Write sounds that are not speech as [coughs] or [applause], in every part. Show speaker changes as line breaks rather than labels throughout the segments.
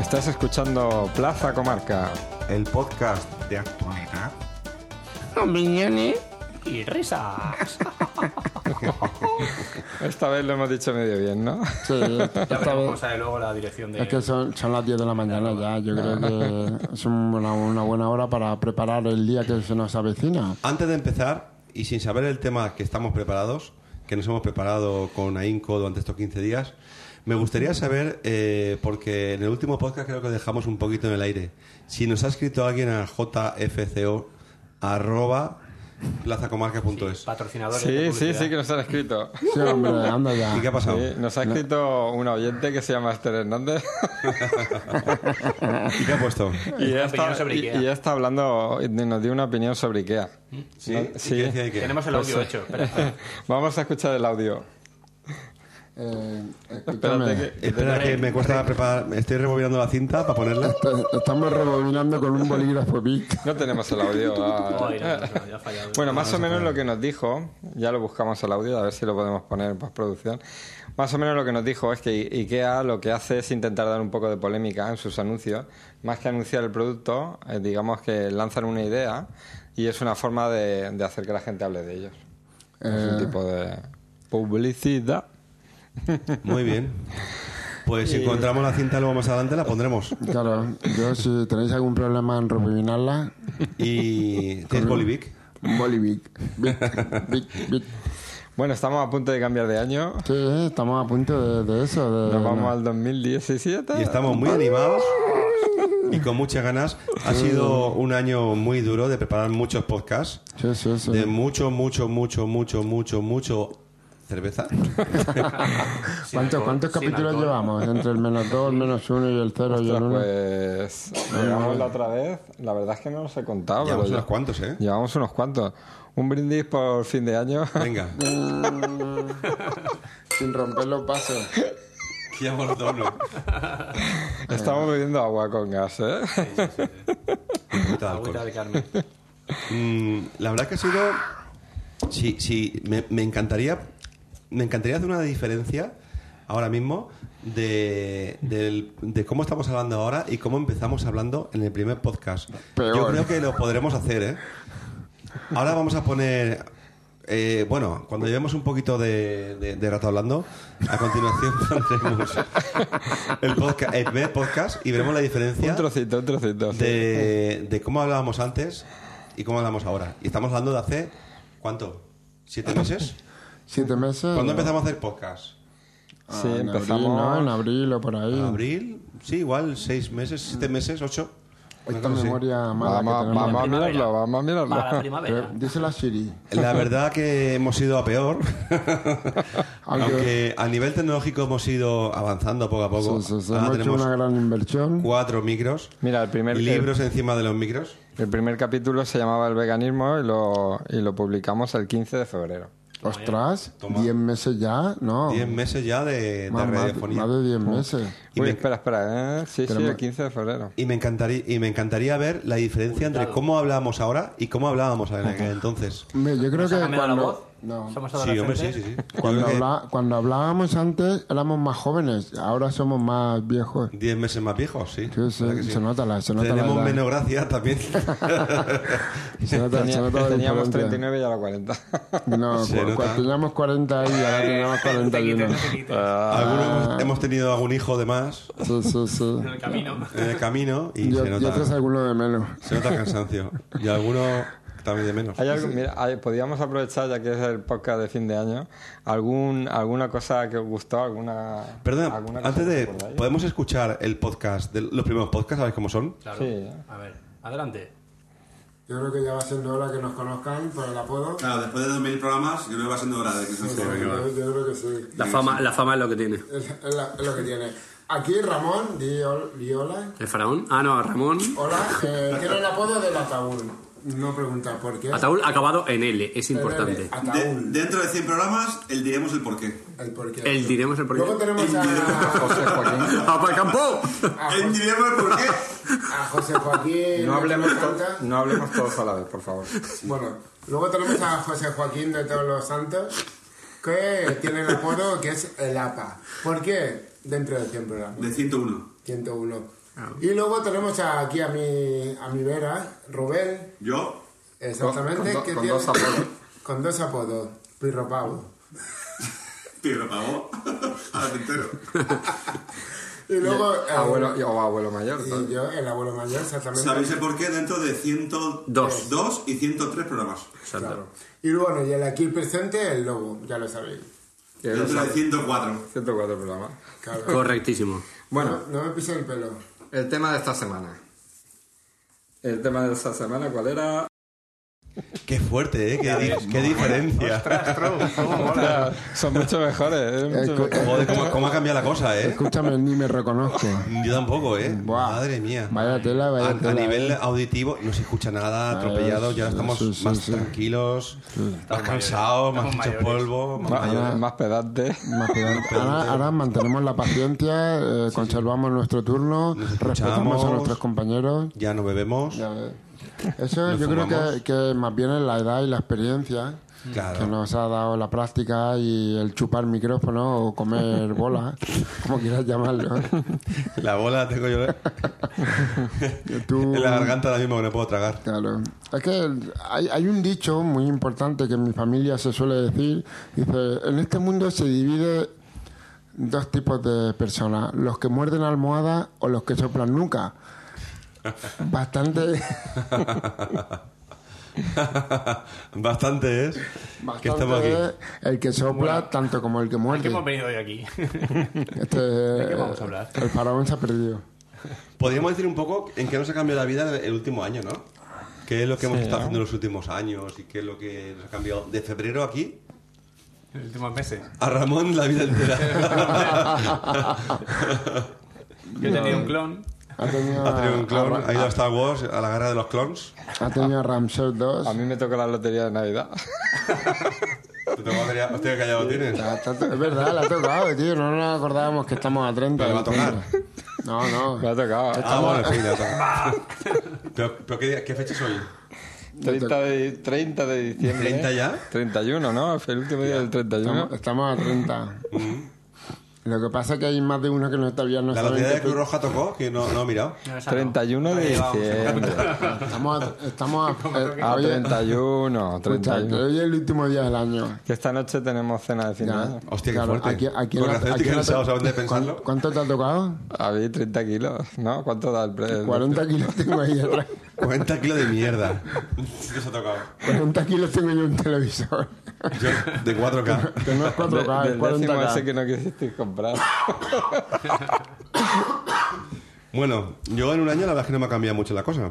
Estás escuchando Plaza Comarca.
El podcast de actualidad.
Opiniones y risas.
Esta vez lo hemos dicho medio bien, ¿no?
Sí,
Ya
esta
veremos cómo
vez-
sale luego la dirección de.
es que son, son las 10 de la mañana ya. Yo creo que es una, una buena hora para preparar el día que se nos avecina.
Antes de empezar, y sin saber el tema que estamos preparados, que nos hemos preparado con ahínco durante estos 15 días, me gustaría saber, eh, porque en el último podcast creo que dejamos un poquito en el aire, si nos ha escrito alguien a jfco arroba plazacomarca.es.
Patrocinadores.
Sí,
de
sí,
publicidad.
sí, que nos han escrito.
Sí, hombre, anda ya.
¿Y qué ha pasado?
Sí, nos ha escrito un oyente que se llama Esther Hernández
¿Y qué ha puesto?
y, ya
Una opinión
está,
sobre
y-
Ikea.
y ya está hablando, y nos dio una opinión sobre Ikea.
¿Sí?
No, Pues,
¿Y qué decía de qué?
Tenemos el audio hecho. [laughs] espera, espera.
[laughs] Vamos a escuchar el audio.
Eh, escúchame.
Espérate que,
Espera, que me cuesta preparar. Estoy removiendo la cinta para ponerla.
Est- Estamos rebobinando con un bolígrafo big.
no tenemos el audio. ah.
[laughs] Ay, no, no, no, ya ha fallado.
Bueno, más o menos lo que nos dijo, ya lo buscamos el audio, a ver si lo podemos poner en postproducción. Más o menos lo que nos dijo es que IKEA lo que hace es intentar dar un poco de polémica en sus anuncios. Más que anunciar el producto, eh, digamos que lanzan una idea y es una forma de, de hacer que la gente hable de ellos. Es un tipo de Eh. publicidad.
Muy bien. Pues si encontramos la cinta luego más adelante, la pondremos.
Claro, yo si tenéis algún problema en rebobinarla,
¿Y tienes Bolivic?
un boli big. Big, big, big.
Bueno, estamos a punto de cambiar de año.
Sí, eh, estamos a punto de, de eso. de-
Nos vamos al 2017.
y estamos muy animados y con muchas ganas. Ha sido un año muy duro de preparar muchos podcasts,
Sí, sí, sí.
de mucho, mucho, mucho, mucho, mucho, mucho cerveza.
Sin
¿Cuántos,
alcohol,
cuántos
sin
capítulos
alcohol.
llevamos? Entre el menos 2, el menos 1 y el 0 y el 1.
Pues llegamos la otra vez. La verdad es que no los he contado. pero
Llevamos
ya-
unos cuantos, ¿eh?
Llevamos unos cuantos. Un brindis por fin de año. [laughs]
Venga,
Sin romper los vasos.
llevamos dono.
Estamos bebiendo agua con gas, ¿eh?
Un poquito de alcohol.
Agüita de Carmen. [laughs]
Mm, la verdad que ha sido. Sí, sí, me, me encantaría. Me encantaría hacer una diferencia ahora mismo de, del- de cómo estamos hablando ahora y cómo empezamos hablando en el primer podcast. Yo
Peor.
creo que lo podremos hacer, ¿eh? Ahora vamos a poner. eh, bueno, cuando llevemos un poquito de, de- de rato hablando, a continuación [laughs] pondremos el, podcast, el primer podcast y veremos la diferencia
Un trocito, un trocito. sí.
de, de cómo hablábamos antes y cómo hablamos ahora. Y estamos hablando de hace, ¿cuánto? ¿Siete meses?
¿Siete meses?
¿Cuándo empezamos a hacer podcast?
Ah,
Sí,
en
empezamos.
Abril, ¿no? En abril o por ahí.
¿Abril? Sí, igual, seis meses, siete meses, ocho. Una
Esta
cosa así.
memoria mala
Vamos,
que tenemos.
vamos a
Primavera.
mirarlo, vamos a
Para la
mirarlo.
Pero
primavera.
Díselo a Eh, Siri.
La verdad que hemos ido a
[laughs]
peor,
Aunque-
aunque a nivel tecnológico hemos ido avanzando poco a poco.
Sí, sí, sí.
Ahora
Hemos hecho
ah, tenemos
una gran inversión.
cuatro micros,
[laughs] Mira, el primer,
libros encima de los micros.
el- el primer capítulo se llamaba El veganismo y lo, y lo publicamos el 15 de febrero.
Ostras,
Toma.
10 meses ya, ¿no.
Diez meses ya de, de
más, más-
radiofonía.
más de 10 meses.
Y
Uy,
me-
espera, espera, ¿eh? Sí, sí,
Tenemos-
el 15 de febrero.
Y me encantaría, y me encantaría ver la diferencia entre cómo hablábamos ahora y cómo hablábamos en aquel entonces.
Hombre, yo creo
¿Nos ha
que
cambiado la
cuando,
voz?
no.
Somos
Sí, hombre,
adolescentes.
sí, sí, sí. Yo
cuando,
creo que
habla- cuando hablábamos antes éramos más jóvenes, ahora somos más viejos.
Diez meses más viejos, sí.
Sí, sí,
¿Verdad que sí?
Se nota la, se nota la
Tenemos
edad.
menos gracia
[laughs]
también. [laughs]
Se nota- se
Tenía-
nota la
teníamos
diferencia.
39 y ahora 40.
No,
Se
cu-
nota.
cuando teníamos 40 y ahora
[laughs]
teníamos
No te quites,
41.
no te quites.
Algunos hemos- hemos tenido algún hijo de más
Sí, sí, sí.
En el camino.
en el camino y
Yo,
se
yo tres
nota,
alguno de menos.
se nota cansancio. Y algunos también de menos.
Hay algo- mira, hay- podríamos aprovechar, ya que es el podcast de fin de año, algún, alguna cosa que os gustó, alguna...
Perdona,
alguna cosa
antes
que
de...
recordáis.
¿Podemos escuchar el podcast, de los primeros podcasts, sabes cómo son?
Claro.
Sí.
A ver, adelante.
Yo creo que ya va siendo hora que nos conozcan por el apodo.
Claro, después de 2000 programas, yo creo que va siendo hora de que se nos conozca.
creo que sí.
La fama, la fama es lo que tiene.
Es, lo que tiene. Aquí Ramón, di, hola.
¿El faraón? Ah, no, Ramón.
Hola, tiene el apodo del ataúd. No pregunta por qué.
Ataúd acabado en L, es importante.
Ah,
De- dentro de 100 programas, el diremos el porqué.
El porqué.
El diremos el porqué.
Luego tenemos a,
pues,
[laughs] ¡Ah, para el campo!
El diremos el porqué.
a José Joaquín.
Eh,
No hablemos,
de Todos los
to-
Santos.
no hablemos todos a la vez, por favor.
Bueno, luego tenemos a José Joaquín de Todos los Santos, que tiene el apodo que es el APA. ¿Por qué? Dentro de 100 programas.
De 101.
101.
Y luego tenemos aquí a mi, a mi vera, Rubén,
Yo,
exactamente,
Con- con do-
que
con
tiene-
dos apodos.
[coughs] con dos apodos, Pirropavo.
Pedro [laughs] Pavó, al entero.
Y luego, eh,
Abuelo, o abuelo mayor.
y
¿sabes?
yo, el abuelo mayor, exactamente.
¿Sabéis el porqué? Dentro de 102
Dos.
y 103 programas.
Exacto.
Y bueno, y el aquí presente, el lobo, ya lo sabéis.
Que lo
Dentro de
sabe.
104.
104 programas.
Claro.
Correctísimo.
Bueno,
No, no me pise el pelo.
el tema de esta semana. El tema de esta semana, ¿cuál era?
Qué fuerte, ¿eh? Qué, di- qué diferencia.
Son mucho mejores.
Eh,
Escu-
Joder, cómo, cómo ha cambiado la cosa, ¿eh?
Escúchame, ni me reconozco.
Yo tampoco, ¿eh?
Buah.
Madre mía.
Vaya tela, vaya
a, a
tela. eh.
nivel auditivo no se escucha nada, atropellados, ya
sí,
estamos
sí, sí,
más
sí.
tranquilos, más cansados, más
estamos
hechos
mayores.
polvo, más mayores.
más, más pedante.
Más pedante. Ahora, ahora mantenemos la paciencia, eh, conservamos nuestro turno,
escuchamos.
respetamos a nuestros compañeros.
Ya no bebemos.
Ya ves. Eso
Nos
yo creo
fumamos.
que, que más bien es la edad y la experiencia
Claro.
que nos ha dado la práctica y el chupar micrófono o comer bola, [laughs] como quieras
[laughs]
llamarlo.
La bola la tengo yo ¿eh?
Tú-
en la garganta ahora mismo que no puedo tragar. [laughs]
Claro. Es que hay, hay un dicho muy importante que en mi familia se suele decir. Dice, en este mundo se divide dos tipos de personas, los que muerden almohada o los que
[laughs]
soplan nuca. Bastante...
Bastante es que estamos aquí.
bastante el que sopla tanto como el que
¿De qué
muerde.
hemos venido hoy aquí? [laughs]
Este,
¿De qué vamos a hablar?
El faraón se ha perdido.
Podríamos decir un poco en qué nos ha cambiado la vida el último año, ¿no? ¿Qué es lo que hemos estado haciendo en los últimos años y qué es lo que nos ha cambiado de febrero aquí
En los últimos meses.
a Ramón la vida [laughs] entera?
Yo tenía un clon.
[laughs]
Ha tenido,
ha tenido un clon,
a-
ha ido a Star Wars, a la guerra de los clones.
ha tenido a Ramsés
A
2.
mí me toca la lotería de Navidad.
Te tengo que callar- Hostia, callado tienes.
Es verdad, le ha tocado, tío. No nos acordábamos que estamos a 30.
Pero le va a tocar.
[laughs] No,
Me ha
no.
tocado.
Ah, bueno, en fin, ya está. [laughs] Pero, pero ¿qué, día- ¿qué fecha es hoy?
30 de, 30 de diciembre.
¿Treinta ya?
31, ¿no? Fue el último día del 31.
Estamos, estamos a 30. Lo que pasa es que hay más de uno que no está bien. No
Mm. La
saben
lotería de
qué-
Cruz Roja tocó, que no, no he mirado.
No, esa no.
31 de diciembre. Ah,
Estamos
[laughs]
a. Estamos a, eh,
A
oye,
31,
escucha, que
31.
hoy es el último día del año.
Que esta noche tenemos cena de fin de
Ya.
año.
Hostia, qué
Claro,
fuerte.
aquí- aquí
Con
la-
razón
aquí
estoy
la-
cansado, ¿sabes? De pensarlo.
¿Cuánto te ha tocado?
Habéis 30 kilos, ¿no? ¿Cuánto da el precio?
40 kilos tengo ahí atrás.
40 kilos de mierda. ¿Qué se ha tocado?
40 kilos tengo yo un [laughs] televisor.
Yo, de 4K.
Que no es 4K, es
del décimo
40K.
ese que no quisisteis [laughs] comprar.
Bueno, yo en un año la verdad es que no me ha cambiado mucho la cosa.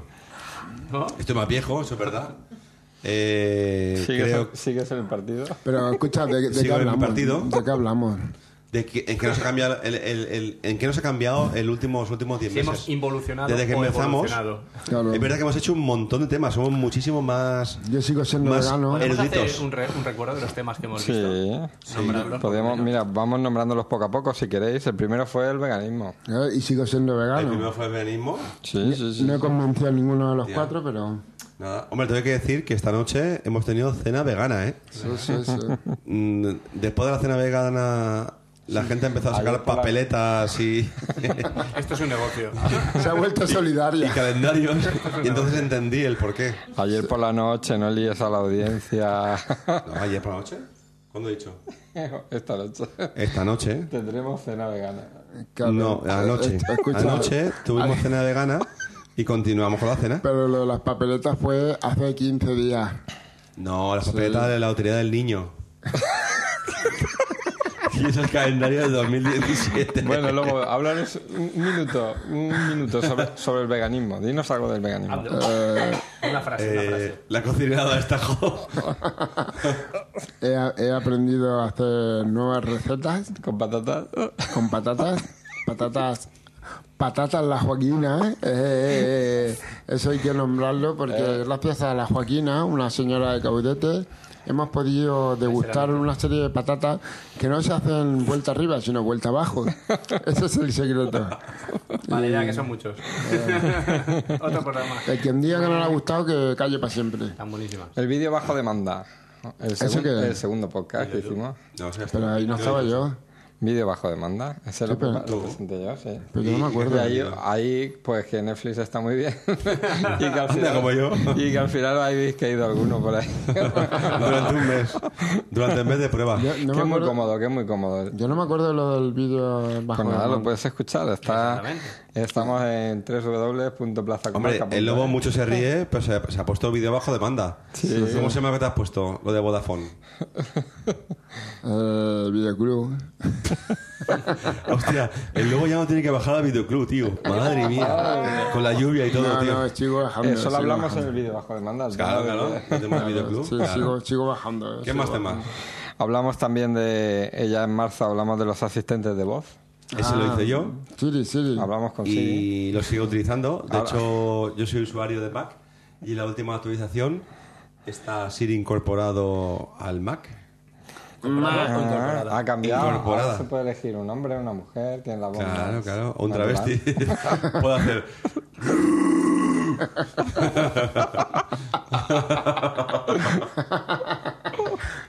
¿No?
Estoy más viejo, eso es verdad. Eh,
¿Sigues,
creo
sigues en el partido?
Pero
[laughs]
escucha, ¿de, de qué
Sigo en el
hablamos?
partido.
¿De qué hablamos?
de que, en, que nos ha cambiado el, el- el- en qué nos ha cambiado el último, los últimos 10
Si hemos
meses.
involucionado
Desde que
o
empezamos,
evolucionado.
Claro.
Es verdad que hemos hecho un montón de temas, somos muchísimo más...
Yo sigo siendo
Más
vegano.
el-
Podemos
Eruditos.
hacer un, re- un recuerdo de los temas que hemos visto.
Sí.
Nombrarlos,
Podemos,
porque
mira, vamos nombrándolos poco a poco si queréis. El primero fue el veganismo.
¿eh? Y sigo siendo
El
vegano.
primero fue el veganismo.
Sí, sí,
No he convencido a ninguno de los cuatro, pero.
Nada. Hombre, tengo que decir que esta noche hemos tenido cena vegana, ¿eh?
Sí, sí, sí.
Mm, Después de la cena vegana, la gente ha empezado a sacar papeletas y,
Esto es un negocio.
[laughs] Se ha vuelto
y
solidaria.
calendarios. Y entonces entendí el porqué.
Ayer por la noche no líes a la audiencia.
No, ayer por la noche. ¿Cuándo he dicho?
[laughs] Esta noche
Esta noche.
tendremos cena vegana.
Claro.
No, anoche.
Eh, eh, escucha,
Anoche tuvimos cena vegana y continuamos con la cena.
Pero lo de las papeletas fue hace 15 días.
No, las papeletas de la autoridad del niño. Y es el calendario del 2017.
Bueno, luego, háblanos un minuto, un minuto sobre, sobre el veganismo. Dinos algo del veganismo.
Habla- Eh, una frase, una frase.
Eh, la cocinera estajó.
He, he aprendido a hacer nuevas recetas
Con patatas.
con patatas. Patatas. Patatas la Joaquina, ¿eh? Eh, eh, eh. Eso hay que nombrarlo porque
Eh.
gracias a la Joaquina, una señora de Caudete, hemos podido degustar una serie de patatas que no se hacen vuelta arriba, sino
[laughs]
vuelta abajo. Ese es el secreto.
Vale, ya que son muchos. [laughs] Otro programa.
Que quien diga que no le ha gustado, que calle para siempre.
Están buenísimas.
El vídeo bajo demanda. El,
¿Eso
segun-
qué?
el segundo podcast que hicimos.
No, o sea,
Pero ahí no estaba yo.
Vídeo bajo demanda. Ese lo,
pero
prepa- lo
tú-
presenté yo, sí.
Pero yo no me
Y
acuerdo.
ahí, ahí, pues que Netflix está muy
[laughs]
bien. y, que al final,
como yo.
y que al final habéis caído alguno por [laughs] ahí.
[laughs] Durante un mes. Durante el mes de prueba.
Yo no
que es
me
muy
acuerdo.
cómodo, que es muy cómodo.
Yo no me acuerdo de lo del vídeo bajo
Pues nada,
demanda.
lo puedes escuchar. Está,
Exactamente.
estamos en www.plazacomarca.es.
Hombre, el lobo mucho se ríe, pero se, se ha puesto vídeo bajo demanda. ¿Cómo se llama que te has puesto? Lo de
[laughs]
Vodafone.
Eh, videoclub.
Hostia, el lobo ya no tiene que bajar al videoclub, tío. Madre mía. Con la lluvia y todo,
No,
tío.
no, sigo bajando.
Eh, solo
sigo
hablamos en
bajando.
el vídeo bajo demanda. el
Claro,
tema
claro.
[laughs]
de-
El tema del videoclub.
Sí,
claro.
sigo, sigo bajando. eh,
¿Qué
sigo
más
bajando.
temas?
Hablamos también de ella en marzo, hablamos de los asistentes de voz.
Ese
Ah.
lo hice yo.
Siri, Siri.
Hablamos con Siri.
Mm. y lo sigo utilizando.
Ah.
De hecho, yo soy usuario de Mac y la última actualización está Siri incorporado al Mac.
Ah,
incorporada.
ha cambiado.
Incorporada.
Ahora se puede elegir un hombre, una mujer, tiene la voz.
Claro,
más
claro. O un
natural.
travesti. [laughs] Puedo hacer.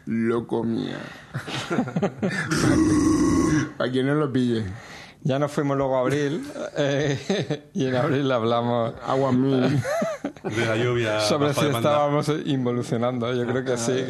Loco [laughs] mía. Para quien no lo pille.
Ya nos fuimos luego a [laughs] abril eh, [laughs] y en abril hablamos
Agua mil.
De la
[laughs]
lluvia.
sobre
Ah, bajo
si
demanda.
estábamos involucionando. Yo creo que sí.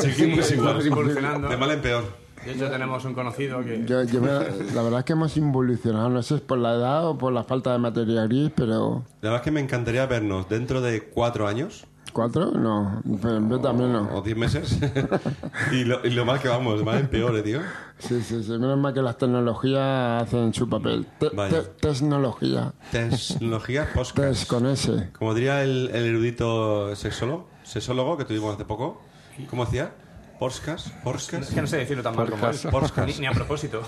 Seguimos
Estamos
igual.
involucionando.
De mal en peor.
De hecho, tenemos un conocido que.
Yo- yo me- la verdad es que hemos involucionado. No sé si es por la edad o por la falta de materia gris, pero.
La verdad es que me encantaría vernos dentro de cuatro años
¿Cuatro? No. Pero yo también no.
o diez meses. [laughs] y, lo, y lo mal que vamos, de mal en peor, eh, tío.
Sí, sí, sí. Menos mal que las tecnologías hacen su papel. Te-
Vaya.
te- tecnología.
Tecnología podcast.
Test con S.
Como diría el, el erudito sexólogo, sexólogo que tuvimos hace poco, ¿cómo hacía? Podcast, podcast,
Es que no sé decirlo tan mal como él.
Podcast.
Ni, ni a propósito.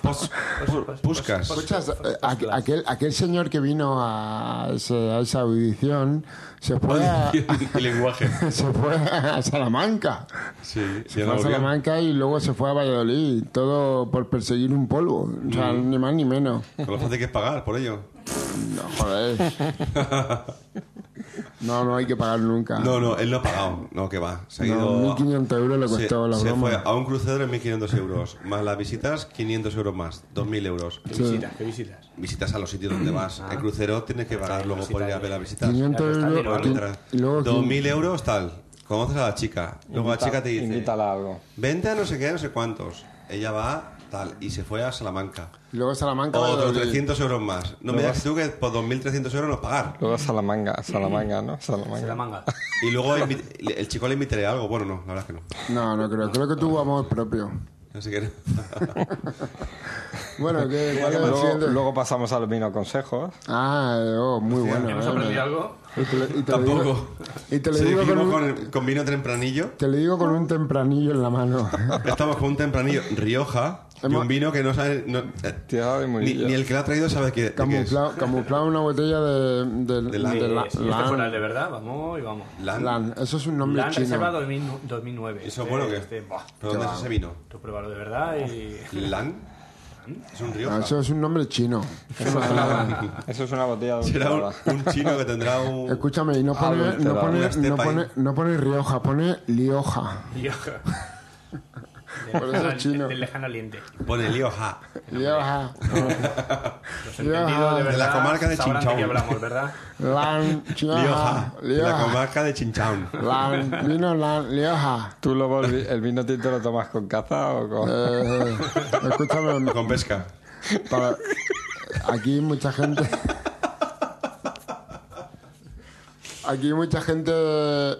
pos- pu- puscas.
Escuchas, eh, aqu- aquel, aquel señor que vino a, ese- a esa audición se fue a,
[laughs] Y lenguaje.
[laughs] se fue a Salamanca.
Sí,
Se
ya
fue
no
a
volvió.
Salamanca y luego se fue a Valladolid. Todo por perseguir un polvo. O sea,
Mm.
ni más ni menos.
Con lo fácil que es pagar por ello.
No,
[laughs]
joder. No, no hay que pagar nunca.
No, no, él no ha pagado. No, que va. Se ha
Ah. No,
ido.
1.500 euros le
Se,
costó la
se
broma.
fue a un crucero en 1.500 euros. Más las visitas, 500 euros más. 2.000 euros.
¿Qué visitas? ¿Qué visitas?
Visitas a los sitios
[clears throat]
donde vas.
Ah.
El crucero tienes que pagar luego por ir a ver las visitas.
500
Claro, está
euros.
bien,
Para
vale.
quin-
entrar.
y luego quin-
2.000 euros, tal. Conoces a la chica. Luego la chica te dice...
Invítala a algo.
Vente a no sé qué, no sé cuántos. Ella va, tal, y se fue a Salamanca.
y luego Salamanca.
Otros
Valladolid.
300 euros más. No me digas tú que por 2.300 euros nos pagar.
Luego Salamanca, Salamanga, ¿no? Salamanca.
De la manga.
Y luego invi- el chico le invitaré algo. Bueno, no, la verdad es que no. [laughs]
No, no creo. Creo que tuvo amor propio.
Así que no.
Bueno,
[laughs]
¿qué, cuál es el
Luego,
siguiente?
luego pasamos a los vino consejos.
Ah, oh, muy bueno.
¿Hemos
eh,
aprendido
me-
algo?
Y te, lo- y te lo
Tampoco.
digo- y te lo
Sí,
digo con
vivimos
un-
con, el- con vino tempranillo.
te lo digo con un tempranillo en la mano.
[laughs] Estamos con un tempranillo Rioja y
Hemos-
un vino que no sabe... no- eh,
Tirado de
ni,
Murillo.
ni el que lo ha traído sabe qué, de qué es.
Camuflado, camuflado una botella de, de,
De lan.
de la-
Eh, si
lan.
este fuera el de verdad, vamos y vamos.
Lan.
Lan. Eso es un nombre
Lan
chino.
Reserva 2000 2009.
¿Eso es
Este-
bueno o qué?
este, buah,
¿Pero dónde es ese vino?
tú pruébalo de verdad
[laughs]
y...
¿Lan? Es un Rioja.
Ah, Eso es un nombre chino.
Eso es una, eso es una botella de
Ah. Será un,
Ultrabra.
un chino que tendrá un...
Escúchame, y no
Ah,
pone, no
adulterado, una
pone,
estepa
no pone,
ahí.
no pone Rioja, pone Lioja.
Rioja.
Por eso es chino.
Del lejano oriente.
Pone Lioja.
Ah, Lioja.
Los entendidos de
De
verdad.
la comarca de
sabrán
Chinchón.
qué hablamos, ¿verdad?
Lan, Lioja.
Lioja, de la
Lioja.
comarca de Chinchaun.
Lan, vino Lan, Lioja.
¿Tú luego el, vi- el vino tinto lo tomas con caza o con...?
Eh, escúchame,
Con pesca.
para- aquí mucha gente. Aquí mucha gente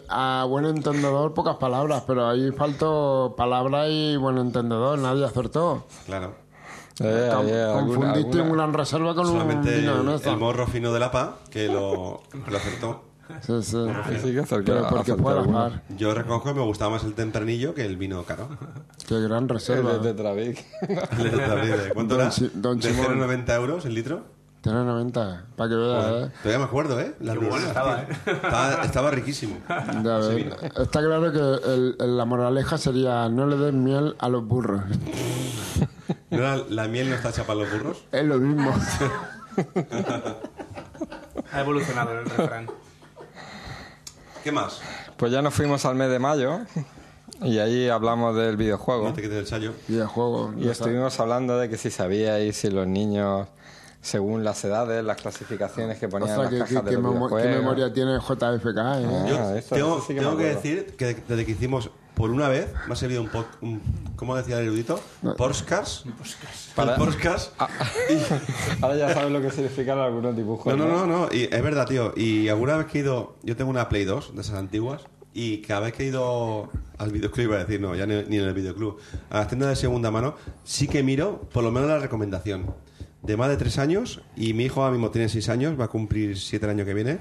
a buen entendedor, pocas palabras, pero ahí faltó palabra y buen entendedor, nadie acertó.
Claro.
Eh,
Cam-
eh, alguna-
Confundiste
alguna-
un gran reserva con
Solamente
un vino de
el,
mesa.
el morro fino de la pa que lo, que lo acertó.
Sí, sí.
Sí, que acerqué-
Pero porque
acerté
fue a la
alguna. Eh,
par.
Yo reconozco que me gustaba más el tempranillo que el vino caro. [laughs]
Qué gran
El
reserva.
Eh, de [laughs] Tetravic.
El de- ¿Cuánto
Don
era?
Si- Don
de
Simón.
0,90 euros el litro.
Tiene 90, para que veas, ¿eh?
Todavía me acuerdo, ¿eh? Las
bueno
neuronas,
estaba,
tío. [laughs] Estaba, estaba riquísimo.
Ya ves. Está claro que el- el- la moraleja sería no le des miel a los burros.
¿No era la miel no está hecha para los burros?
Es lo mismo.
Ha
[laughs]
evolucionado el refrán.
¿Qué más?
Pues ya nos fuimos al mes de mayo. y allí hablamos del videojuego.
No te quites el sayo.
videojuegos.
Y
no
estuvimos hablando de que si sabíais si los niños, según las edades, las clasificaciones que
sabes.
ponían
Ostras,
en las
qué,
cajas
qué-
de
qué
los
memo- qué
videojuegos.
memoria tiene JFK, ¿eh?
Ah,
Yo
eso-
tengo,
eso sí que me
tengo que
acuerdo.
decir que desde que hicimos por una vez, me ha servido un poco, ¿cómo decía el erudito? Postcards.
Para-
El podcast.
Ahora ya sabes lo que significan algunos dibujos.
No, no, no, no. Y es verdad, tío. Y alguna vez que he ido. Yo tengo una Play 2 de esas antiguas. Y cada vez que he ido al videoclub, iba a decir, no, ya ni, ni en el videoclub, a las tiendas de segunda mano, sí que miro por lo menos la recomendación. De más de tres años, y mi hijo ahora mismo tiene seis años, va a cumplir siete el año que viene.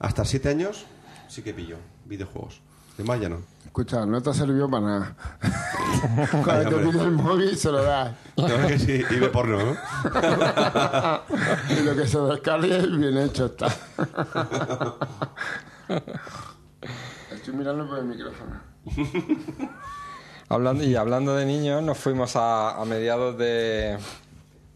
Hasta siete años sí que pillo videojuegos. De más ya no.
Escucha, no te sirvió
[laughs]
para nada. Cuando te
hombre.
pide el móvil se lo das.
La verdad que sí, y ve porno, ¿no?
y lo que se descargue, bien
[laughs]
hecho está. Estoy mirando por el micrófono.
Hablando, y hablando de niños, nos fuimos a, a mediados de,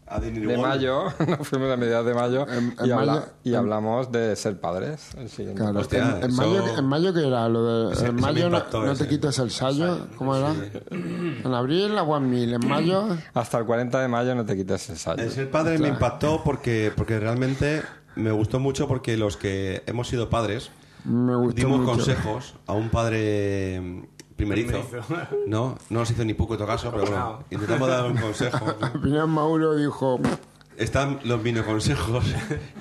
A Disney
de
World.
mayo. [laughs] Nos fuimos a mediados de mayo.
En- en
y, habla-
mayo-
y
en-
hablamos de ser padres. el siguiente.
Claro,
Hostia,
en, en mayo,
eso-
en mayo que era lo de.
Ese-
en
ese me
mayo no,
impactó
no
ese.
te quites el sayo, ¿cómo era? [clears throat] En abril la One Mil, en mayo.
Hasta el 40 de mayo no te quites el sayo.
El ser padre me impactó porque, porque realmente me gustó mucho porque los que hemos sido padres
Me gustó
dimos
mucho.
consejos a un padre mm, primerizo. [laughs] No, no nos hizo ni poco caso, pero bueno, intentamos dar un consejo.
[laughs] Al final
[laughs]
Mauro dijo.
Están los vino consejos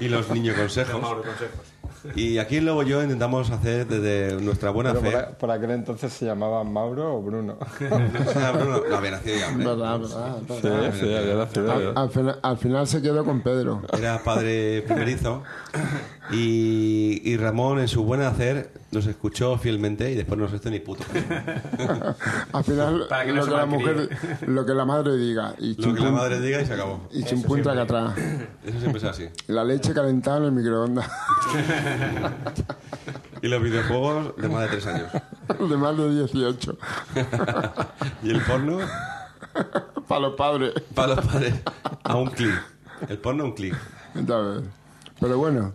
y los niño consejos.
Mauro, consejos.
Y aquí luego yo intentamos hacer desde nuestra buena
Pero por,
fe.
a- por aquel entonces se llamaban Mauro o
[laughs]
Bruno.
Ah, Bruno, [laughs] no había nacido ya, hombre.
Verdad, verdad. verdad.
Sí, sí, había nacido
Al,
ya.
al fina- al final se quedó con Pedro.
era padre primerizo y, y Ramón en su buen hacer nos escuchó fielmente y después no nos hizo ni puto.
[laughs]
[laughs]
Al final,
Para que no
lo,
se
que la
malcríe.
mujer, lo que la madre diga. Y
Lo que la
chimpum-
madre diga y se acabó.
Y chimpum que atrás.
Eso siempre es así.
La leche calentada en el microondas. [laughs]
Y los videojuegos de más de tres años.
De más de 18.
Y el porno
Para los padres.
para los padres a un clic. El porno a un clic.
Entonces, Pero bueno.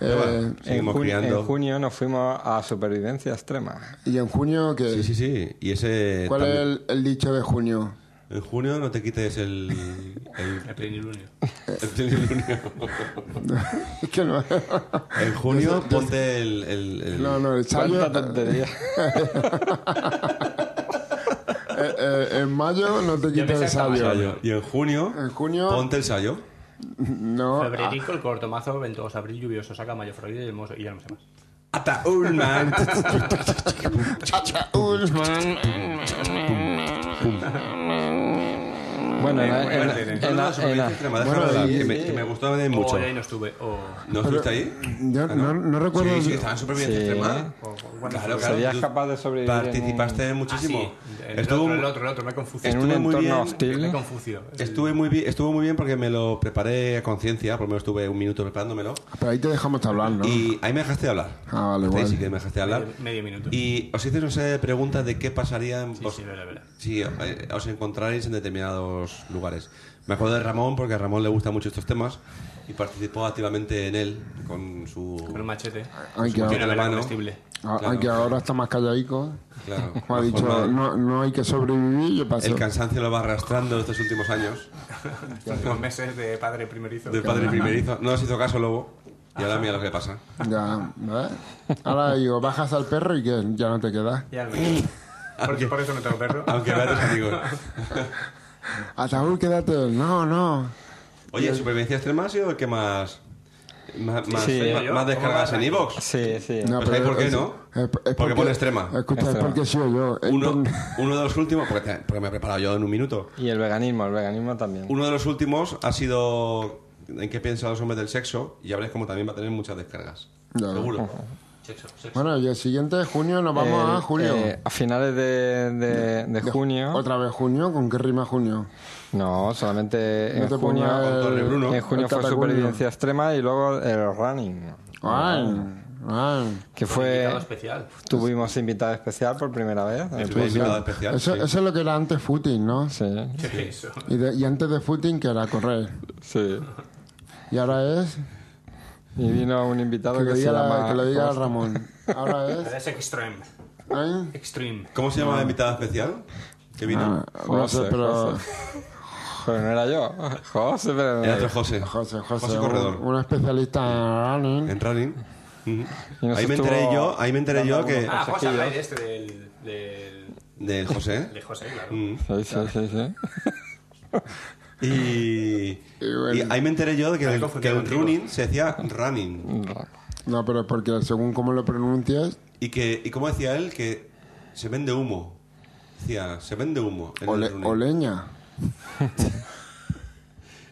eh,
Bueno,
En,
seguimos
jun-
criando.
en junio nos fuimos a Supervivencia Extrema.
¿Y en junio qué?
Sí, sí, sí. Y ese.
¿Cuál es
también.
el, el dicho de junio? [laughs]
En junio no te quites el. el,
El plenilunio.
[laughs] el plenilunio.
Es que no.
En junio ponte el. el- el-
No, no, el sayo.
¿Cuánta tontería?
eh, eh, en mayo no te quites
pensé
el
hasta
sabio.
sayo. Y en junio.
En junio-
Ponte el sayo.
No. ah,
Febrerico, el cortomazo, ventoso, abril lluvioso, saca mayo, florido y hermoso. Y ya no sé más.
Hasta
[laughs]
un man.
Bueno, en, en- en-
No, no,
en-
sobre
en-
el tema, déjame
Bueno,
hablar,
y-
que me- que me gustó también
O
mucho.
Oh, ya ahí no estuve. O...
¿No estuviste ahí?
yo
Ah,
no, no recuerdo.
Sí, sí, estaban súper bien
Sí.
extrema.
o- o- bueno,
Claro, claro.
Serías
tú
capaz de sobrevivir en un-
Participaste
Ah, sí,
muchísimo.
El,
Estuvo
otro,
mu-
el otro, el otro, me he confuso.
en un
estuve muy
entorno
bien,
Me he
hostil.
confuso.
Estuve muy bien, estuvo muy bien porque me lo preparé a conciencia, por lo menos estuve un minuto preparándomelo.
Pero ahí te dejamos hablar, ¿no?
Y ahí me dejaste hablar.
Ah, vale,
Ahí sí
igual.
que me dejaste hablar.
Medio- medio minuto.
Y os hice una serie de preguntas de qué pasaría en
Sí,
vos-
sí, verdad, verdad.
si eh, os encontráis en determinados lugares. Me acuerdo de Ramón porque a Ramón le gustan mucho estos temas y participó activamente en él con su.
Con un machete.
Aunque,
Tiene
ahora,
la
Era
mano.
comestible.
a-
claro.
aunque Ah, ahora está más calladico.
Claro,
[laughs] Como ha
la
dicho,
forma-
no, no hay que sobrevivir. Yo paso.
El cansancio lo va arrastrando estos últimos años.
Estos últimos meses de padre primerizo.
Del padre primerizo. No nos hizo caso, Lobo. Y ahora mira lo que le pasa.
Ya, ¿ves? Ahora digo, bajas al perro y que ya no te quedas.
Ya lo veo. por, por eso no tengo perro.
Aunque vea a
[laughs]
tus amigos.
Ataúd, quédate. No, no.
Oye, ¿supervivencia extrema ha sido el que más. Más, más,
Sí.
más- más descargas en Evox?
Sí, sí.
No,
Pues, ¿sabes por qué no? Porque pone extrema.
Escucha, es
Extrema.
porque soy yo. Es
Uno,
por-
uno de los últimos, porque, te- porque me he preparado yo en un minuto.
Y el veganismo, el veganismo también.
Uno de los últimos ha sido en qué piensan los hombres del sexo y ya veréis como también va a tener muchas descargas.
Ya.
Seguro.
ah.
Sexo, sexo.
Bueno, y el siguiente de junio nos vamos
El-
a junio.
eh, a finales de, de- de junio.
¿Otra vez junio? ¿Con qué rima junio?
No, solamente
No
en
te
Eh, junio.
pongas
con Torre Bruno.
En junio
el
fue
catacumbo.
supervivencia extrema y luego el running.
Ay, ay.
Que
Fue
fue.
invitado especial.
Tuvimos invitado especial por primera vez.
Estuve invitado especial.
Pues Eso,
sí.
eso es lo que era antes footing, ¿no?
Sí,
¿Qué es [laughs] eso?
Y, de- y antes de footing, que era correr.
sí.
Y ahora es.
Y vino un invitado
Que
que,
lo
se
diga,
llama.
que lo diga
¿cómo se-
Ramón. Ahora es.
Es extreme.
¿eh?
Extreme.
¿Cómo se llama la invitada especial? Que vino.
Ah, no sé,
José,
pero...
José. Joder, no era yo. José, pero no
Era
era yo.
otro José.
eh, José, José, un-
Corredor. Eh.
un especialista en running.
En running. Ujú.
Y nos
Ahí me
estuvo
enteré yo, ahí me enteré yo que.
Ah, José Jair, este del, del.
Del José.
de José, claro.
Ujú.
Sí, sí, sí, sí.
Y, [laughs] y ahí me enteré yo de que,
Me he
el, que
confundido
el
contigo.
running se decía running.
No, pero es porque según cómo lo pronuncies,
Y que, y como decía él, que se vende humo. Decía, se vende humo. en el
o, le-
running.
o leña.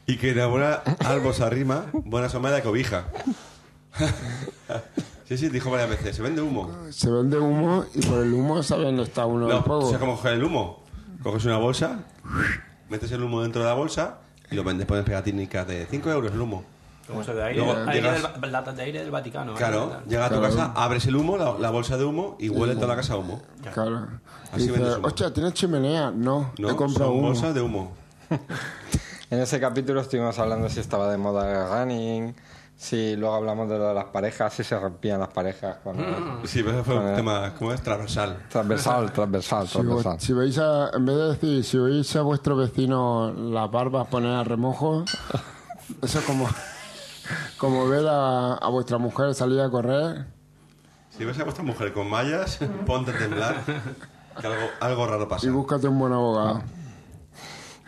Y que la buena árbol se arrima, buena somada de [laughs] cobija. sí, sí, dijo varias veces, se vende humo.
Se vende humo y por el humo saben dónde está uno del
No,
fuego.
o sea, como coger el humo. Coges una bolsa, metes el humo dentro de la bolsa y lo vendes, pones pegatínicas de 5 euros el humo.
Como eso de aire.
Luego
aire
llegas-
del va- latas de aire del Vaticano. ¿eh?
Ah, Claro, llega a tu
Claro.
casa, abres el humo, la, la bolsa de humo y huele toda la casa a humo.
Claro.
Así
Dice,
vendes humo.
hostia, ¿tienes chimenea? No,
No,
he comprado
son
humo.
bolsas de humo.
En ese capítulo estuvimos hablando si estaba de moda el running, si luego hablamos de lo de las parejas, si se rompían las parejas. Cuando...
Mm.
Sí, pero ese fue un tema, ¿cómo es? Transversal.
Transversal, transversal,
Si, vo-
transversal.
si veis a, en vez de decir, si veis a vuestro vecino las barbas poner
[laughs]
a remojo, eso es como, como ver a, a vuestra mujer salir a correr.
Si ves a vuestra mujer con mallas, ponte a temblar, que algo, algo raro pasa.
Y búscate un buen abogado.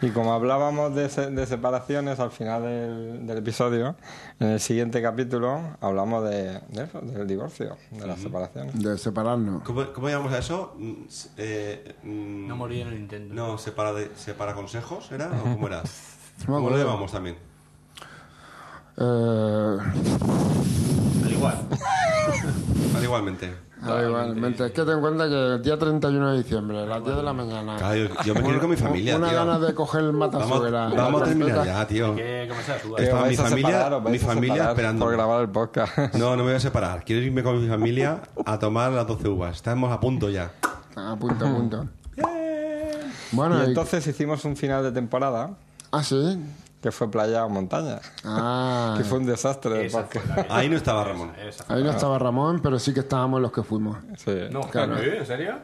Y como hablábamos de, se- de separaciones al final del, del episodio, en el siguiente capítulo hablamos de, de eso, del divorcio, de las separaciones.
De separarnos.
¿Cómo, cómo llamamos a eso? Mm, s- eh, mm,
No morir en el Nintendo.
No, separa, de- separa consejos, ¿era? ¿O cómo
[laughs]
era? ¿Cómo lo
acuerdo.
llamamos también?
Eh,
Al igual.
Al igualmente.
da igual, mientras que ten en cuenta que el día 31 de diciembre, a las 10 de la mañana.
Claro, yo, yo me quiero ir con mi familia,
Una
tío.
ganas de coger el
vamos,
matasuegra.
vamos a terminar ya, tío.
Que como sea, suba.
Eh, Estaba
¿Os vais
mi
a
familia-
separar, os vais
mi
a
familia
separar
esperando.
por grabar el podcast.
No, no me voy a separar. Quiero irme con mi familia a tomar las 12 uvas. Estamos a punto ya.
A Ah, punto, a punto.
Y
Bueno, y-
entonces hicimos un final de temporada
[laughs]
ah, sí.
que fue playa o montaña,
Ah,
que fue un desastre del
Esa fue
podcast.
la que-
Ahí no estaba Ramón.
esa fue-
ahí no estaba Ramón, pero sí que estábamos los que fuimos.
Sí.
No,
Claro.
¿eh? ¿en serio?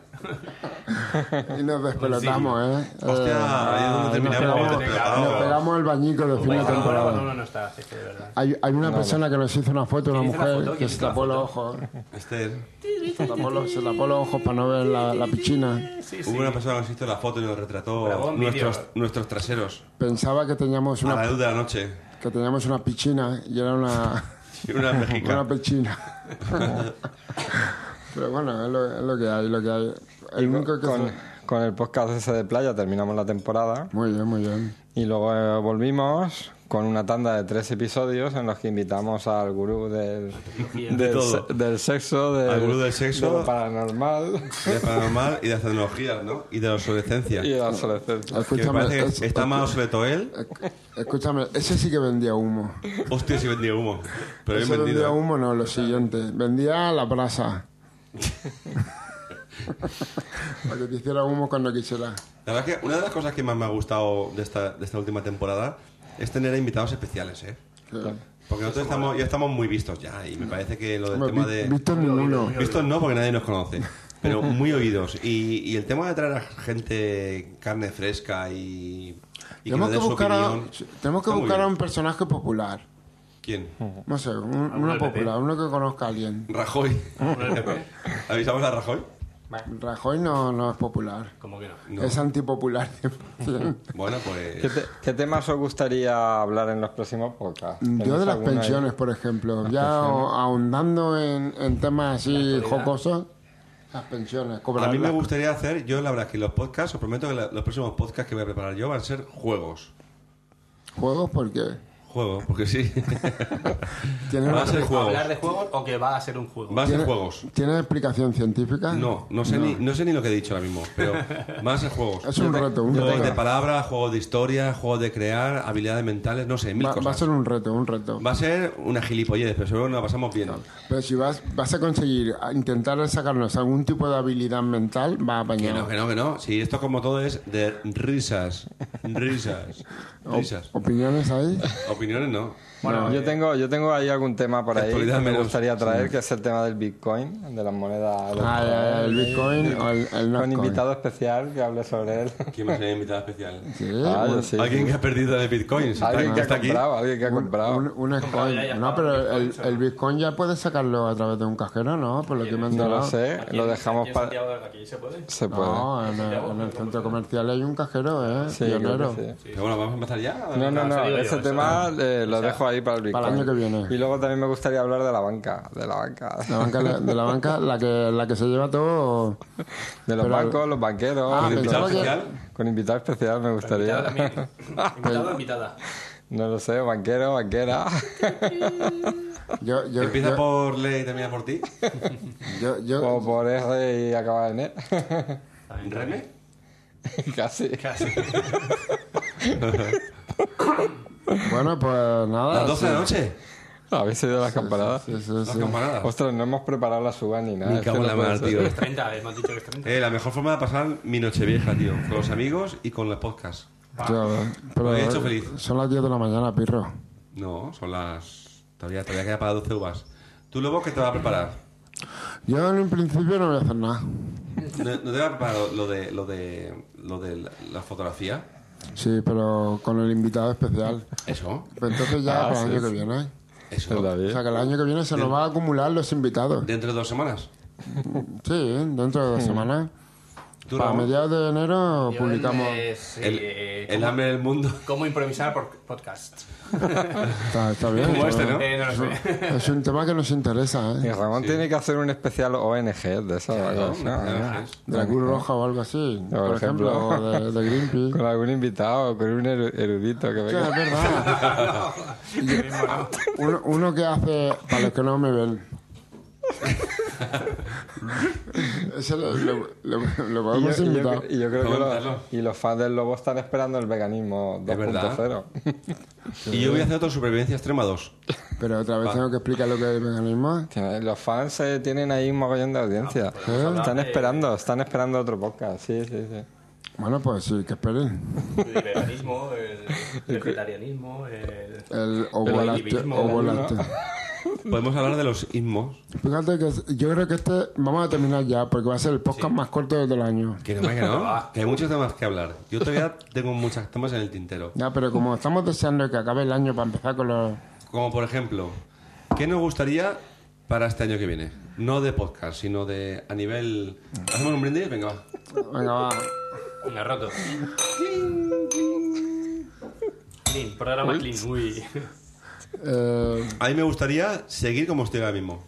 Y nos despelotamos, ¿eh?
Hostia,
Eh,
ahí es donde
nos,
terminamos.
pegamos,
Te pegamos.
nos pegamos el bañico de fin de
Vais a-
temporada.
Cuando uno no está, sí, es que de verdad.
Hay, hay una persona que nos hizo una foto, una
¿Quién hizo la
mujer,
foto?
que
¿Quién
se
hizo la
tapó los
foto?
ojos.
Esther,
Se tapó los, se tapó los ojos para no ver la, la piscina.
Sí, sí.
hubo una persona que nos hizo la foto y nos
Grabó
retrató
un
nuestros,
vídeo.
nuestros traseros
Pensaba que teníamos
a la
una,
luz de la noche.
que teníamos una piscina y era una,
Una
una
mexica.
piscina. Pero bueno, es lo, es lo que hay, lo que hay. El único que...
Con, con el podcast ese de playa terminamos la temporada
Muy bien, muy bien.
y luego eh, volvimos con una tanda de tres episodios en los que invitamos al gurú del,
De
del,
todo.
se- del sexo, del,
Al gurú del sexo.
de lo paranormal
[laughs] De paranormal y de las tecnologías, ¿no? Y de la obsolescencia.
y de la adolescencia.
Que me
Escúchame,
parece
es-
que está más obsoleto él.
escúchame, ese sí que vendía humo.
Hostia, si vendía humo. Pero bien
Ese vendía
vendido.
humo, no, lo siguiente. Vendía
[laughs]
la brasa. Para que te hiciera humo cuando quisiera.
La verdad que una de las cosas que más me ha gustado de esta, de esta última temporada es tener invitados especiales, ¿eh? Porque nosotros estamos, ya estamos muy vistos ya y me parece que lo del
Hombre,
tema
vi-
de...
Visto ninguno.
Vistos no, porque nadie nos conoce, pero
[laughs]
muy oídos. Y, y el tema de traer a gente carne fresca y... y nos
Tenemos que
dé su
buscar, a,
opinión,
tenemos que
está muy
buscar a
bien.
un Mm. personaje popular.
¿Quién?
No sé, un- uno
del PP?
popular, uno que conozca a alguien. [laughs]
Rajoy. ¿Avisamos a Rajoy?
Rajoy no, no es popular.
Como que no.
No.
Es antipopular. [laughs] 100%.
Bueno,
¿Qué,
pues...
te- qué temas os gustaría hablar en los próximos podcasts?
Yo de
¿Tenéis
las
alguna
pensiones, por ejemplo. Ya o- ahondando en, en temas así jocosos. Las pensiones,
A
cobrar
mí me
las-
gustaría hacer, yo la verdad que los podcasts, os prometo que la- los próximos podcasts que voy a preparar yo van a ser juegos.
juegos porque...
Juegos, porque sí.
¿Tiene,
van a ser juegos.
¿Hablar de juegos o que va a ser un juego?
Van a ser
tiene-
juegos.
¿tiene explicación científica?
No, no sé, Ni, no sé ni lo que he dicho ahora mismo, pero van a ser
[laughs]
juegos.
Es un reto, un
Juegos de
reto.
palabras, juegos de historia, juegos de crear, habilidades mentales, no sé, mil
Va, va a
cosas.
ser un reto, un reto.
Va a ser una gilipollez, pero seguro que nos la pasamos bien.
Pero si vas, vas a conseguir a intentar sacarnos algún tipo de habilidad mental, va a
Que no,
apañar.
[laughs]
que no, que no. Si esto como todo es de risas, risas. Risas.
¿Opiniones ahí?
[laughs] Opiniones no.
Bueno, yo, tengo, yo tengo ahí algún tema por ahí que
eh, Actualidad
me
menos,
gustaría traer, que es el tema del Bitcoin, de las monedas.
Ah, ya, el Bitcoin o el, el
Con
Notcoin.
invitado especial que hable sobre él.
¿Quién más sería invitado especial?
Sí,
Ah,
un-
sí.
Alguien que ha perdido de bitcoins. Está-
Alguien que ha
está aquí.
comprado, alguien que ha comprado.
un, un Bitcoin.
ya, ya
No,
está,
pero
Bitcoin,
el,
eso
el
no.
Bitcoin ya puedes sacarlo a través de un cajero, ¿no? Por lo que me han
No lo
enterado.
sé, lo dejamos
para.
para...
Aquí se puede.
Se puede.
No, en el, en el centro comercial hay un cajero, ¿eh?
Sí, creo que
Pionero.
sí.
Pero bueno, vamos a empezar ya.
No, no,
Claro,
no,
eso digo yo,
ese
eso
tema eh, lo dejo ahí para el Bitcoin.
para el año que viene.
Y luego también me gustaría hablar de la banca, de la banca,
La banca, la- de la banca, la que, la que se lleva todo.
[laughs] de los
Pero-
bancos, los banqueros.
Ah,
con,
pensaba
invitado
que-
especial, con invitado especial me
Invitado
gustaría.
también. Invitado invitada.
[laughs] No lo sé, banquero, banquera.
Yo, yo,
Empieza
yo,
por ley y termina por ti.
yo,
[laughs]
yo-
o por R y acabar en E. [laughs]
¿Reme?
Casi.
bueno, pues
Ah,
nada.
¿Las 12 de la noche?
Habéis oído las campanadas.
sí, sí,
¿Las
sí.
campanadas?
Ostras, no hemos preparado la suba ni nada.
Me
es que
cago en
no
la
puede
mar,
ser. [laughs]
tío.
30, eh, me han dicho que es 30.
Eh, la mejor forma de pasar mi noche vieja, tío. Con los amigos y con los podcasts.
Yo- pero
Ah, Me he hecho feliz.
Son las 10 de la mañana, pirro.
No, son las... Todavía, todavía queda para 12 uvas. ¿Tú, Lobo, qué te va a preparar?
Yo en un principio no voy a hacer nada.
¿No, no te va a preparar lo- lo de, lo de, lo de la, la fotografía?
Sí, pero con el invitado especial.
¿Eso?
Pues entonces ya
Ah,
para el
sí,
año
sí.
que viene.
¿Eso?
Está
O sea
bien.
que el año que viene se nos va a acumular los invitados.
¿Dentro de dos semanas?
Sí, dentro de
Mm.
dos semanas.
¿Tú,
Para
Ramón?
mediados de enero
Yo
publicamos.
el de- sí,
El,
eh,
el hambre del [laughs] mundo.
¿Cómo improvisar por podcast?
Está, está bien.
Como este,
está
¿no?
bien.
Eh, no lo sé.
Es un tema que nos interesa,
Y
¿eh?
Ramón tiene que hacer un especial ONG de esas.
Claro,
¿no?
claro.
De la Cruz Roja o algo así,
Por
por, ejemplo,
ejemplo.
o de, de
[laughs]
Greenpeace.
Con algún invitado, con un eru- erudito que
Sí, es
venga.
verdad.
[laughs]
uno, uno que hace. Para los que no me ven. Ese lo, lo, lo- lo
Y yo,
podemos
y yo-
invitar.
y yo creo que
Coméntalo.
los, y los fans del lobo están esperando el veganismo
Es
[laughs]
verdad.
2.0.
Y yo voy a hacer otro Supervivencia Extrema 2.
Pero otra vez tengo que explicar lo que es el veganismo.
Tiene- Los fans eh, tienen ahí un mogollón de
Ah,
audiencia.
pues
Están esperando, están esperando otro podcast. Sí, sí, sí.
Bueno, pues sí, que esperen.
El veganismo,
[laughs]
el vegetarianismo, el.
El o
Pero el
volaste
activismo,
o
¿no?
volaste.
Podemos hablar de los ismos.
Fíjate que es- yo creo que este vamos a terminar ya porque va a ser el podcast más corto de todo el año.
Que no, que no. que hay muchos temas que hablar. Yo todavía tengo muchos temas en el tintero.
Ya, pero
[laughs]
como estamos deseando que acabe el año para empezar con los
Como por ejemplo, ¿qué nos gustaría para este año que viene? No de podcast, sino de a nivel. ¿Hacemos un brindis? Venga, va.
Venga, va.
Un roto. Clean, programa clean. Uy.
Eh,
A mí me gustaría seguir como estoy ahora mismo.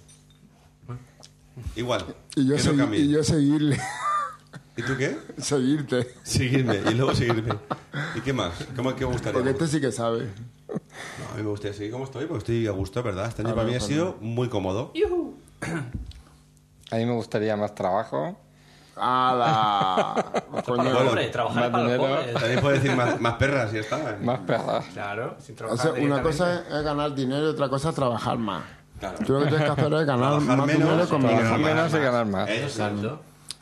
Igual.
y, yo
que no
segui-
cambie.
y yo seguirle, [laughs]
¿Y tú qué?
seguirte.
Seguirme y luego seguirme. ¿Y qué más? ¿Cómo qué me gustaría?
Porque este sí que sabe.
No, a mí me gustaría seguir como estoy porque estoy a gusto, ¿verdad? Este año para
pues
mí ha sido muy cómodo.
A mí me gustaría más trabajo.
¡Hala!
Para
Coño.
los pobres,
más
trabajar para los
dinero.
pobres.
También puedo decir más, más perras y ya está.
Más perras.
Claro, sin
O
trabajar.
sea, una
directamente.
cosa es, es ganar dinero y otra cosa es trabajar más.
Claro.
Tú lo que tienes que hacer es ganar
Trabajar
más
menos
dinero con
y ganar
menos.
Trabajar
más.
menos y ganar más.
Eso sí.
Exacto.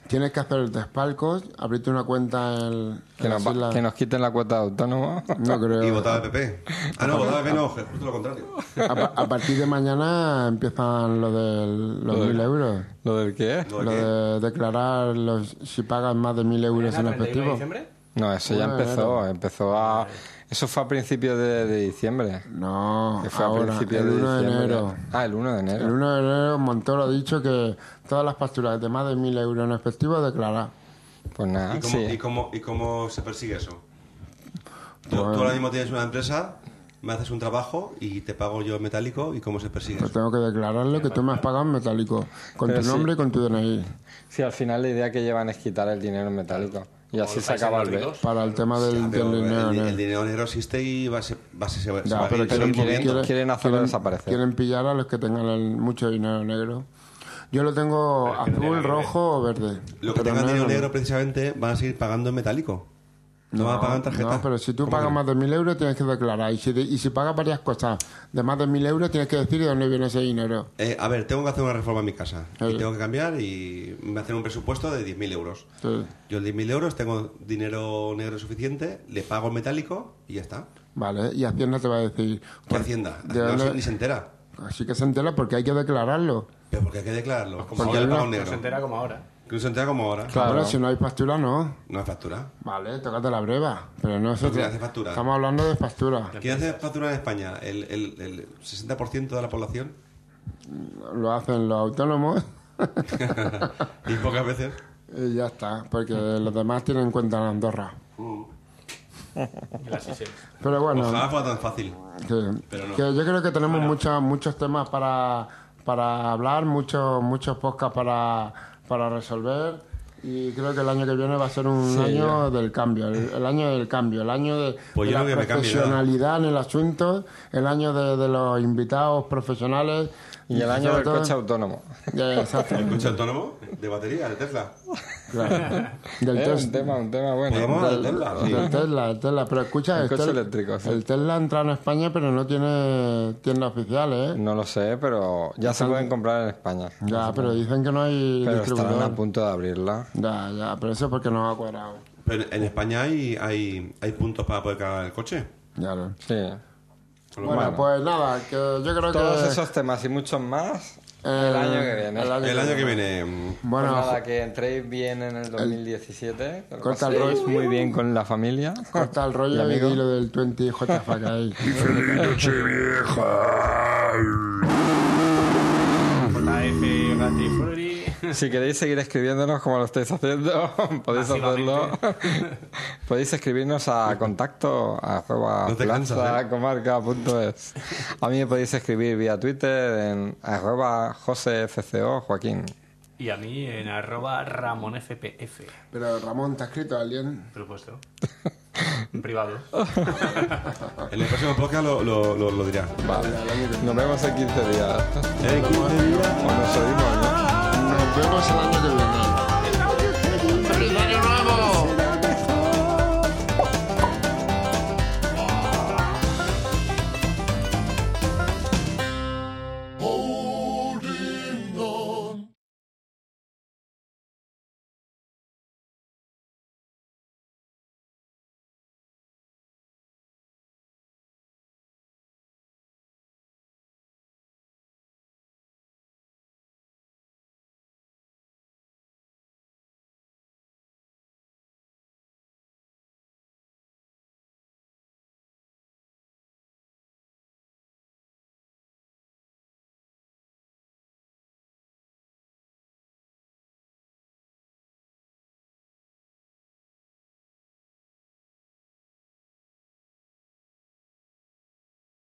Tienes que hacer despalcos, abrirte una cuenta en,
Que
en
nos, va-
las
que
islas.
nos quiten la cuota de
[laughs]
autónomo.
No creo.
Y votaba al PP. Ah, no, votaba al PP, no, justo lo contrario.
A, pa- a partir de mañana empiezan lo de los mil euros.
¿Lo del qué?
¿Lo de
Lo
qué?
de declarar los, si pagas más de mil euros en
¿Mañana, 31 de
efectivo.
diciembre?
No, eso ya
Bueno,
empezó. Empezó a. Eso fue a principios de, de diciembre.
No,
Que fue a
ahora,
principios
el 1 de
diciembre.
enero.
Ah, el 1 de
El
enero.
1 de enero Montoro ha dicho que todas las facturas de más de mil euros en efectivo declarar.
Pues nada,
¿Y cómo, y,
sí.
cómo, ¿Y cómo se persigue eso?
Pues
Tú, tú ahora mismo tienes una empresa, me haces un trabajo y te pago yo en metálico. ¿Y cómo se persigue
Pues
eso?
tengo que declararlo que tú me has pagado en metálico, con
Pero
tu
sí.
nombre y con tu DNI,
Sí, al final la idea que llevan es quitar el dinero en metálico. Y así se acaba el
Países
B.
nórdicos.
para el tema del,
Ah,
del
pero
dinero.
el,
negro.
el dinero negro existe y va a ser, va a ser, se va- se
Ya,
va a
pero
ir
quieren,
moviendo.
quieren- quieren hacerlo desaparecer.
Quieren pillar a los que tengan el- mucho dinero negro. Yo lo tengo azul, rojo o verde.
Lo que
pero
tengan
no
dinero
es-
negro precisamente van a seguir pagando en metálico. No, van a pagar en tarjeta.
No, pero si tú
¿Cómo
pagas
que no?
más de mil euros tienes que declarar. Y si, de- y si pagas varias cosas de más de mil euros tienes que decir de dónde viene ese dinero.
Eh, a ver, tengo que hacer una reforma en mi casa.
Sí.
Y tengo que cambiar y me hacen un presupuesto de 10.000 euros.
Sí.
Yo el 10.000 euros tengo dinero negro suficiente, le pago en metálico y ya está.
Vale, y Hacienda te va a decir.
¿Qué
por-
Hacienda?
de
no,
dónde-
se- ni se entera.
Así que se entera porque hay que declararlo.
Pero porque hay que declararlo. Como
Porque
ahora el
no-
pago
No se
negro.
entera como ahora.
Que no se entera como ahora.
Claro.
Ahora, si no hay factura, no.
No hay factura.
Vale, tócate la breva. Pero no es
Factura, hace factura.
Estamos hablando de factura.
¿Quién hace factura en España? ¿El, el, el 60% de la población?
Lo hacen los autónomos [laughs]
y pocas veces.
y ya está. Porque los demás tienen en cuenta en Andorra.
Las Seychelles.
Pero bueno.
Ojalá fuera tan fácil.
Sí.
Pero no.
Que yo creo que tenemos muchas- muchos temas para, para hablar, muchos muchos podcasts para, para resolver. Y creo que el año que viene va a ser un
Sí,
año del cambio, el, el año del cambio, el año de,
Pues
de
yo
la
creo que me cambie, ¿verdad?
profesionalidad en el asunto, el año de, de los invitados profesionales.
Y el año
sobre
del
todo-
coche autónomo.
[laughs] Ya, exacto.
¿El coche autónomo? ¿De batería? ¿De Tesla?
[laughs]
Claro. Del
Eh,
test-
un tema, un tema bueno.
¿Podemos hablar de Tesla? Sí.
del Tesla, el Tesla, pero escucha,
El
el,
coche
Tesla-
eléctrico, sí.
el Tesla entra en España, pero no tiene tienda oficial, ¿eh?
No lo sé, pero ya se pueden comprar en España.
Ya, pero dicen que no hay
Pero estarán a
distribuidor.
punto de abrirla.
Ya, ya, pero eso es porque no ha cuadrado.
Pero en España hay, hay, hay puntos para poder cargar el coche.
Ya no.
Sí.
Bueno, pues nada, que yo creo
Todos
que.
esos temas y muchos más el
Eh,
año que viene.
el año
El año que viene. mm,
Pues
Bueno,
nada, que entréis bien en el 2017. Que lo
Corta el
paséis muy bien con la
[laughs]
familia.
corta el rollo y,
amigo.
di lo del 20
[laughs]
JFK ahí.
JF, Gatti, Fury.
Si queréis seguir escribiéndonos como lo estáis haciendo, [laughs] podéis hacerlo. [laughs] podéis escribirnos a contacto a arroba
No te cansas, ¿eh?
plazacomarca.es. A mí me podéis escribir vía Twitter en arroba josefco joaquín.
Y a mí en arroba ramonfpf.
Pero Ramón, ¿te ha escrito alguien?
Por supuesto. En privado.
En el próximo podcast lo, lo, lo- lo dirá.
Vale. Nos vemos en 15 días.
En 15 días.
O nos oímos, ¿no?
Nos vemos el año que viene.